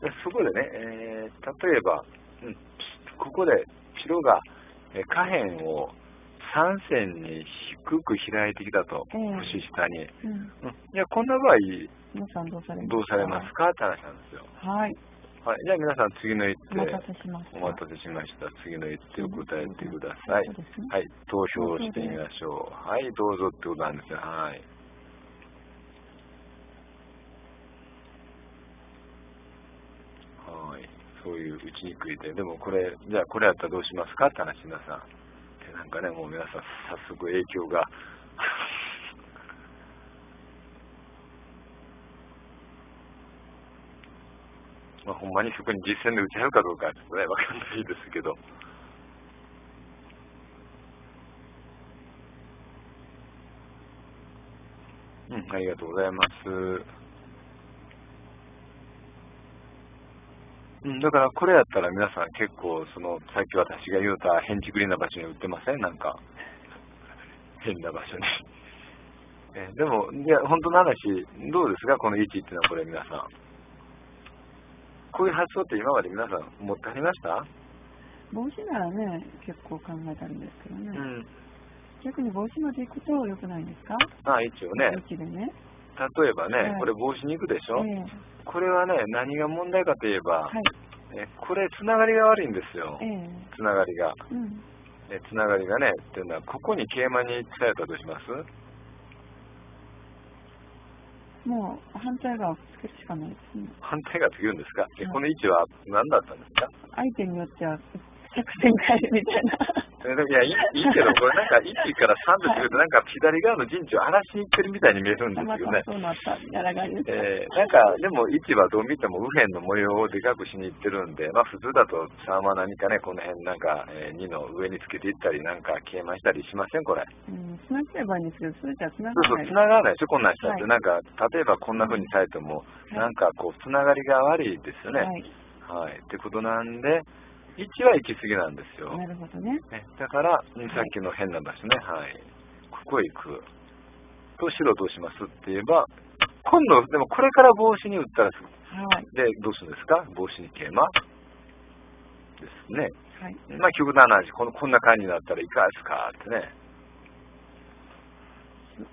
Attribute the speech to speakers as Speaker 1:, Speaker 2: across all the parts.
Speaker 1: でそこでね、えー例えば、うん、ここで白が、えー下辺を3線に低く開いてきたと、
Speaker 2: ええ
Speaker 1: 星下に、
Speaker 2: うん。
Speaker 1: うん、いやこんな場合
Speaker 2: 皆さんどうされますか
Speaker 1: どうされますかって話なんですよ、
Speaker 2: はい。
Speaker 1: はい、じゃあ皆さん次の一
Speaker 2: お
Speaker 1: 手
Speaker 2: 待たせしました。
Speaker 1: お待たせしました次の一手を答えてください、
Speaker 2: そうですね。
Speaker 1: はい投票してみましょうはいどうぞってことなんですよはいはいそういう打ちにくい手でもこれじゃあこれやったらどうしますかって話皆さんでなんかねもう皆さん早速影響が まあ、ほんまにそこに実戦で打ち合うかどうかはちょっとね、わかんないですけど。うん、ありがとうございます。うん、だからこれやったら皆さん結構そのさっき私が言うた変地くりな場所に売ってませんなんか変な場所に えでもいや本当の話どうですかこの位置っていうのはこれ皆さんこういう発想って今まで皆さん持ってありました、
Speaker 2: 帽子ならね、結構考えたんですけどね。
Speaker 1: ん、
Speaker 2: 逆に帽子まで行くと良くないんですか
Speaker 1: まあ一応ね
Speaker 2: うちでね。
Speaker 1: 例えばね、
Speaker 2: はい
Speaker 1: これ帽子に行くでしょ、
Speaker 2: ええ
Speaker 1: これはね何が問題かといえば、
Speaker 2: はい。
Speaker 1: えこれつながりが悪いんですよ
Speaker 2: ええ
Speaker 1: つながりが
Speaker 2: うん。
Speaker 1: えつながりがねっていうのはここに桂馬にされたらどうします
Speaker 2: もう反対側をつけるしかないですね。
Speaker 1: 反対がつけるんですか、え
Speaker 2: うん
Speaker 1: この位置は何だったんですか
Speaker 2: 相手によっては作戦変えるみたい
Speaker 1: えでもいやいいいいけどこれなんか1位から3度するとなんか左側の陣地を荒らしに行ってるみたいに見えるんで
Speaker 2: な。
Speaker 1: す
Speaker 2: ま
Speaker 1: よ
Speaker 2: た
Speaker 1: ね
Speaker 2: そうなったみたいな感じです。
Speaker 1: えーなんかでも市場どう見ても右辺の模様をでかくしに行ってるんで、まあ、普通だと3は何かねこの辺なんか、え2の上につけていったりなんか桂馬したりしませんこれ
Speaker 2: うん、つなげればいいんですけど、それじゃつな
Speaker 1: そうそ
Speaker 2: がな
Speaker 1: う
Speaker 2: い。
Speaker 1: 繋がらないでしょこんなんしたって、
Speaker 2: はい
Speaker 1: なんか例えばこんな風にされても、
Speaker 2: い
Speaker 1: なんかこうつながりが悪いですよね
Speaker 2: はい。
Speaker 1: はい、ってことなんで1は行き過ぎなんですよ、
Speaker 2: なるほどね。
Speaker 1: ね、だからうんさっきの変な場所ねはいここへ行くと白どうしますって言えば今度でもこれから帽子に打ったら
Speaker 2: はい。
Speaker 1: で、どうするんですか帽子に桂馬ですね。
Speaker 2: はい。
Speaker 1: まあ、極端な話、このこんな感じになったらいかがですかってね。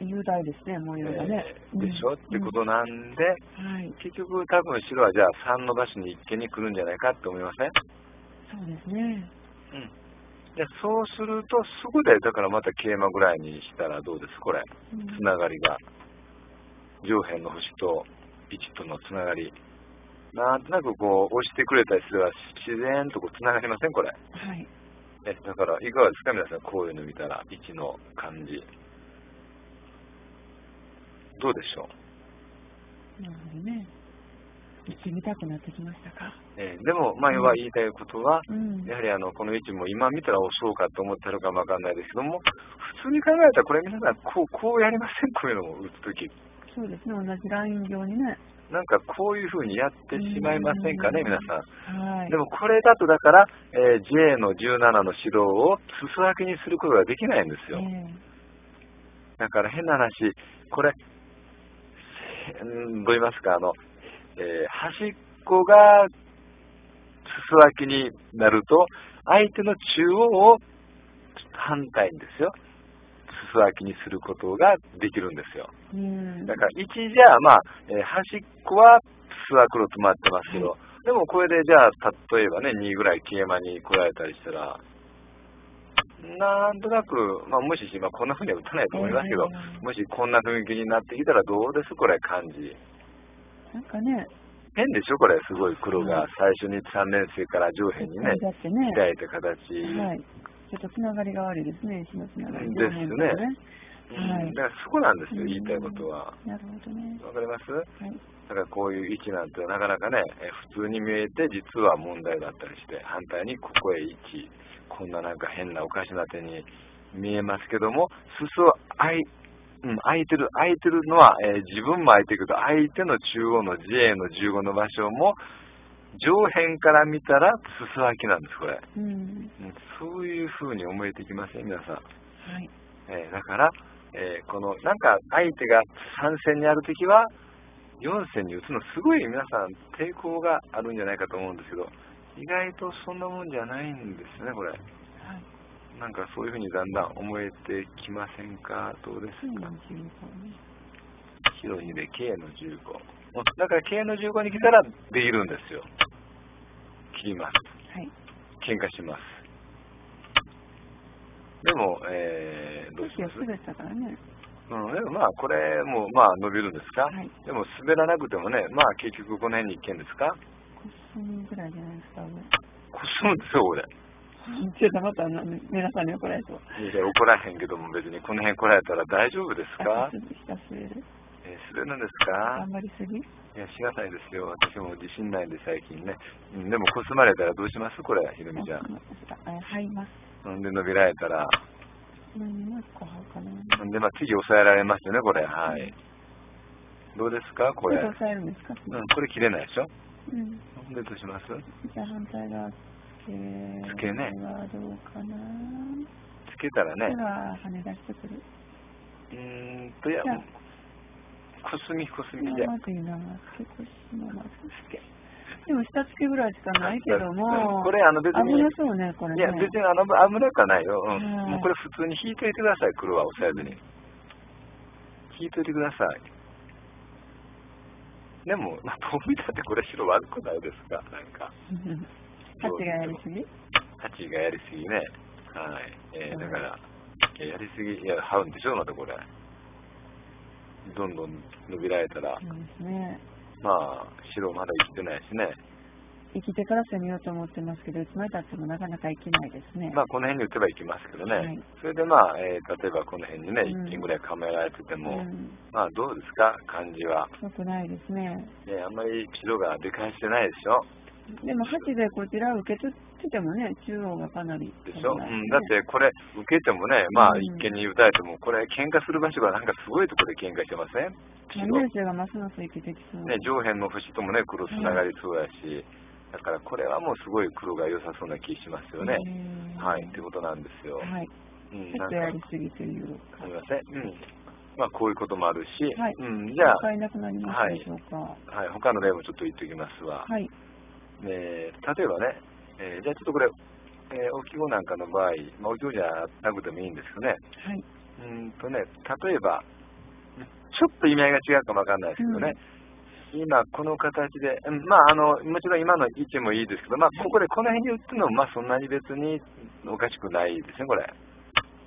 Speaker 2: 雄大ですね、模様がね。
Speaker 1: えーでしょ、ってことなんで、
Speaker 2: うんはい。
Speaker 1: 結局多分白はじゃあ3の場所に一見に来るんじゃないかって思いません
Speaker 2: そうですね。
Speaker 1: うん。でそうすると、そこで、だからまた桂馬ぐらいにしたらどうですこれ。
Speaker 2: うん
Speaker 1: つながりが。上辺の星と1とのつながり。なんとなくこう、押してくれたりすれば自然とこうつながりませんこれ。
Speaker 2: はい。
Speaker 1: えだからいかがですか皆さんこういうの見たら1の感じどうでしょう、
Speaker 2: なるほどね。行ってみたくなってきましたか。
Speaker 1: えーでも前は言いたいことは、
Speaker 2: うん。
Speaker 1: やはりあのこの位置も今見たら押そうかと思ってるかもわかんないですけども普通に考えたらこれ皆さんこうこうやりませんこういうのを打つとき
Speaker 2: そうですね、同じライン上にね。
Speaker 1: なんかこういうふうにやってしまいませんかね
Speaker 2: うん
Speaker 1: 皆さん
Speaker 2: はい。
Speaker 1: でもこれだとだから、えー J の17の指導を裾分けにすることができないんですよ、
Speaker 2: え
Speaker 1: だから変な話、これ、うんどう言いますか、あの、えー端っこが裾分けになると、相手の中央を反対にですよ、裾分けにすることができるんですよ。
Speaker 2: えうん。
Speaker 1: だから1じゃあ、まあ、えー端っこは裾分けろと回ってますけど、でもこれでじゃあ、例えばね、2ぐらい桂馬に来られたりしたら、なんとなく、まあ、無視し、まあ、こんな風には打たないと思いますけど、
Speaker 2: ええ
Speaker 1: もしこんな雰囲気になってきたらどうですこれ感じ。
Speaker 2: なんかね、
Speaker 1: 変でしょこれすごい黒が最初に3年生から上辺にね、
Speaker 2: だってね、
Speaker 1: 開いた形。
Speaker 2: はい。ちょっとつながりが悪いですね、石のつながり。
Speaker 1: ですね
Speaker 2: 両辺とは
Speaker 1: う
Speaker 2: い
Speaker 1: んだからそこなんですよ、
Speaker 2: うん
Speaker 1: 言いたいことは。
Speaker 2: なるほどね。
Speaker 1: わかります
Speaker 2: はい。
Speaker 1: だからこういう位置なんてなかなかね、え普通に見えて実は問題だったりして、反対にここへ位置、こんななんか変なおかしな手に見えますけども、裾は開い,、うん、開いてる、開いてるのは、えー自分も開いてるけど、相手の中央の J の15の場所も、上辺から見たら裾開きなんです、これ。
Speaker 2: うん。
Speaker 1: うんそういう風に思えてきません、皆さん。
Speaker 2: はい。
Speaker 1: えーだから、えーこのなんか相手が参戦にあるときは、 4世に打つのすごい皆さん抵抗があるんじゃないかと思うんですけど意外とそんなもんじゃないんですねこれ
Speaker 2: はい。
Speaker 1: なんかそういうふうにだんだん思えてきませんかどうです
Speaker 2: そう
Speaker 1: か
Speaker 2: なんですよね。
Speaker 1: 広いで K の15だから K の15に来たらできるんですよ切ります
Speaker 2: はい。
Speaker 1: 喧嘩しますでも、えー、どうし
Speaker 2: 時
Speaker 1: ま
Speaker 2: は
Speaker 1: す
Speaker 2: すべてだからね。
Speaker 1: うん、でもまあこれもまあ伸びるんですか、
Speaker 2: はい
Speaker 1: でも滑らなくてもね、まあ結局この辺に行けんですか
Speaker 2: こすんぐらいじゃないですか。上
Speaker 1: こすんですよ、これ。
Speaker 2: ちょっとまたあの皆さんに怒られそう。
Speaker 1: いや怒らへんけども別にこの辺来られたら大丈夫です か
Speaker 2: ちょっとひたすら
Speaker 1: えー滑るんですか
Speaker 2: 頑張りすぎ。
Speaker 1: いや、しがたいですよ。私も自信ないんで最近ね。うん、でもこすまれたらどうしますこれ、ひろみちゃん。
Speaker 2: あはいます。
Speaker 1: ほんで伸びられたら。
Speaker 2: 何もこうかな。
Speaker 1: ほんでまあ次抑えられますよね、これ。はい。どうですかこれ。
Speaker 2: ちょっ
Speaker 1: う
Speaker 2: と抑えるんですか。
Speaker 1: ん、これ切れないでしょ
Speaker 2: うん。
Speaker 1: ほんでどうします
Speaker 2: じゃあ反対側つけ。
Speaker 1: つけね
Speaker 2: はどうかな。
Speaker 1: つけたらね
Speaker 2: 手。は跳ね出してくる。
Speaker 1: うーんと、いや
Speaker 2: じゃあ、
Speaker 1: こすみこすみじゃ
Speaker 2: 今。まで長つけ腰のまつけ。でも下付けぐらいしかないけども。
Speaker 1: これあの別に
Speaker 2: 危なそうねこれ
Speaker 1: い
Speaker 2: ね。
Speaker 1: や、別にあの危なくはないよ。う
Speaker 2: うん
Speaker 1: ん。もうこれ普通に引いといてください、黒は押さえずに。引いといてください。でも、まあ、どう見たってこれ白悪くないですか、なんか。
Speaker 2: 価値がやりすぎ。
Speaker 1: ハチがやりすぎね。はい。えーだから、いややりすぎ、いや、はうんでしょ、またこれ。どんどん伸びられたら、
Speaker 2: そうですね。
Speaker 1: まあ、白まだ生きてないしね。
Speaker 2: 生きてから攻めようと思ってますけど、いつまでたってもなかなか生きないですね。
Speaker 1: まあ、この辺に打てばいきますけどね、
Speaker 2: はい
Speaker 1: それでまあ、えー例えばこの辺にね、
Speaker 2: うん
Speaker 1: 1件ぐらい構えられてて
Speaker 2: う
Speaker 1: も、
Speaker 2: ん、
Speaker 1: まあ、どうですか、感じは。
Speaker 2: 良くないですね。
Speaker 1: ね、あんまり白が出返してないでしょ。
Speaker 2: でも、八でこちらを受け取っててもね、中央がかなり、
Speaker 1: でしょ、うん、だってこれ、受けてもね、まあ
Speaker 2: う、ん
Speaker 1: 一見に打たれても、これ、喧嘩する場所がなんかすごいところで喧嘩してません
Speaker 2: 年
Speaker 1: 白。
Speaker 2: 生がますます生きてきそう。
Speaker 1: ね、上辺の節ともね、黒つながりそうやし、だからこれはもうすごい黒が良さそうな気しますよね。
Speaker 2: うん
Speaker 1: はい、ってことなんですよ。
Speaker 2: はい。
Speaker 1: うん、
Speaker 2: ちょ
Speaker 1: な
Speaker 2: っ
Speaker 1: ん
Speaker 2: と
Speaker 1: か、
Speaker 2: やりすぎという
Speaker 1: す
Speaker 2: か
Speaker 1: み。ません。うん。まあ、こういうこともあるし、
Speaker 2: はい
Speaker 1: うん、じゃあ
Speaker 2: いっ、ぱいなくなりましたでしょうか。は
Speaker 1: はい、他の例もちょっと言っておきますわ。
Speaker 2: い。
Speaker 1: えー例えばね、えーじゃあちょっとこれ、えー、お記号なんかの場合、まあ、お記号じゃなくてもいいんですけどね、
Speaker 2: はい。
Speaker 1: うーんとね、例えば、ちょっと意味合いが違うかもわかんないですけどね、今この形で、うんまああの、もちろん今の位置もいいですけど、まあここでこの辺に打つのも、まあそんなに別におかしくないですね、これ。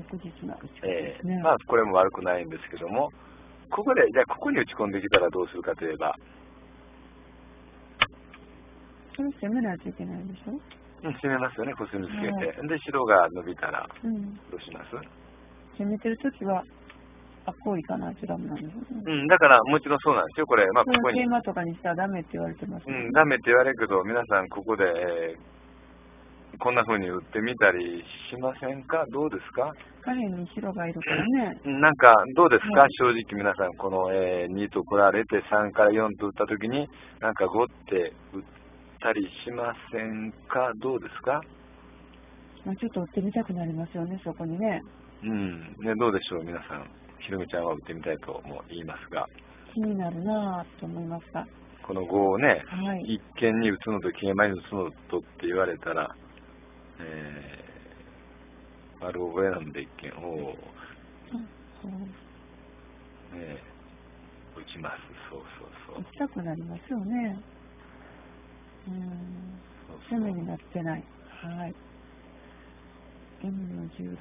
Speaker 2: 確実な打ち方
Speaker 1: え
Speaker 2: です
Speaker 1: ー
Speaker 2: ね。
Speaker 1: まあこれも悪くないんですけども、ここで、じゃあここに打ち込んできたらどうするかといえば、
Speaker 2: それ攻めないといけないでしょ。
Speaker 1: うん攻めますよね、コスミつけて。で、白が伸びたら、
Speaker 2: うん。
Speaker 1: どうします
Speaker 2: 攻めてるときは、あ、こういかな、ちらもなんですよね。
Speaker 1: うん、だからもちろんそうなんですよ、これ。まあ、こ
Speaker 2: こ
Speaker 1: こ
Speaker 2: れ
Speaker 1: に
Speaker 2: テー。マとかにしたらダメって言われてます
Speaker 1: う
Speaker 2: よね
Speaker 1: ん、ダメって言われるけど、皆さんここで、えーこんな風に打ってみたりしませんかどうですか
Speaker 2: 下辺に白がいるからね。
Speaker 1: うんなんか、どうですか、
Speaker 2: はい
Speaker 1: 正直皆さん、この、えー2と来られて3から4と打った時に、なんか5って打ったりしませんかどうですか
Speaker 2: まあ、ちょっと追ってみたくなりますよね、そこにね。
Speaker 1: うん、ね、どうでしょう、皆さん。ひろみちゃんは打ってみたいとも言いますが、
Speaker 2: 気になるなぁと思いました。
Speaker 1: この5をね、
Speaker 2: はい。
Speaker 1: 一見に打つのと桂馬に打つのとって言われたら、えー、丸覚えなんで一見、おー
Speaker 2: そう
Speaker 1: ねえ、打ちます。そうそうそう
Speaker 2: 打。ちたくなりますよね。うん。
Speaker 1: そうそう
Speaker 2: 攻めになってない。はい。M の16。
Speaker 1: う、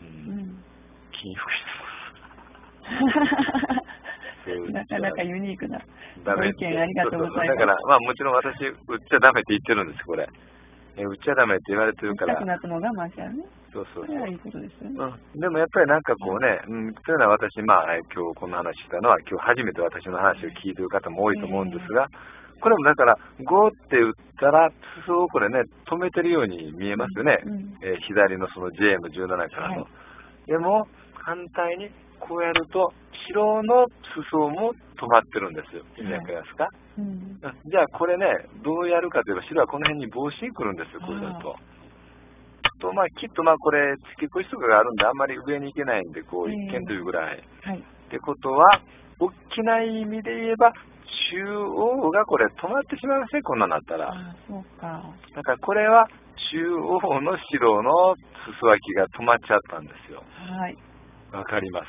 Speaker 2: うんん。
Speaker 1: 金服そう
Speaker 2: なかなかユニークな
Speaker 1: して
Speaker 2: ご意見ありがとうござい
Speaker 1: だか
Speaker 2: ま
Speaker 1: ら、まあもちろん私、打っちゃダメって言ってるんです、これ。え打っちゃダメって言われて
Speaker 2: す。打
Speaker 1: る
Speaker 2: ち
Speaker 1: か
Speaker 2: た
Speaker 1: ら
Speaker 2: く。なっても我慢しちゃうね。
Speaker 1: そうそ
Speaker 2: そうれはいいことですよね。
Speaker 1: うん、でもやっぱりなんかこうね、うん、というのは私、まあ、えー今日この話したのは、今日初めて私の話を聞いてる方も多いと思うんですが、これもだから、5って打ったら、裾をこれね、止めてるように見えますよね。
Speaker 2: うん。
Speaker 1: えー左のその JM17 からの。
Speaker 2: は
Speaker 1: でも、反対にこうやると、白の裾も止まってるんですよ。意味わかりますか、
Speaker 2: うん。
Speaker 1: うんじゃあこれね、どうやるかといえば、白はこの辺に帽子に来るんですよ、これだと。と、まあ、きっとまあこれ、付け越しとかがあるんで、あんまり上に行けないんで、こう、
Speaker 2: ええ
Speaker 1: 一見というぐらい。
Speaker 2: はい。
Speaker 1: ってことは、大きな意味で言えば、中央がこれ止まってしまいますね、こんなんなったら。
Speaker 2: あそうか。
Speaker 1: だからこれは中央の白のすすわきが止まっちゃったんですよ。
Speaker 2: はい。
Speaker 1: わかります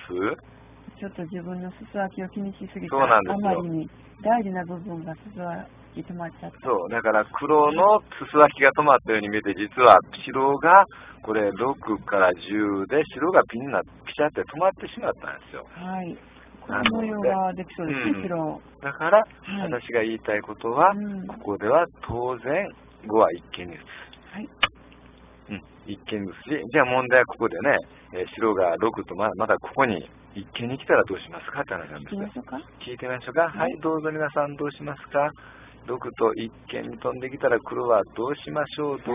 Speaker 2: ちょっと自分のすすわきを気にしすぎて、
Speaker 1: そうなんですよ
Speaker 2: あまりに大事な部分がすすわき止まっちゃった。
Speaker 1: そう、だから黒のすすわきが止まったように見えて、実は白がこれ6から10で白がピンな、ピシャって止まってしまったんですよ。
Speaker 2: はい。この模様ができそうです
Speaker 1: うん
Speaker 2: ね、白。
Speaker 1: だから
Speaker 2: い
Speaker 1: 私が言いたいことは、
Speaker 2: うん
Speaker 1: ここでは当然5は一見に移す。
Speaker 2: はい。
Speaker 1: うん、一見ですし、じゃあ問題はここでね、えー白が6とままだここに一見に来たらどうしますかって話なん
Speaker 2: 行
Speaker 1: で
Speaker 2: き
Speaker 1: すよ
Speaker 2: ま。しょうか。
Speaker 1: 聞いてみましょうか。はい、どうぞ皆さんどうしますか ?6 と一見に飛んできたら黒はどうしましょう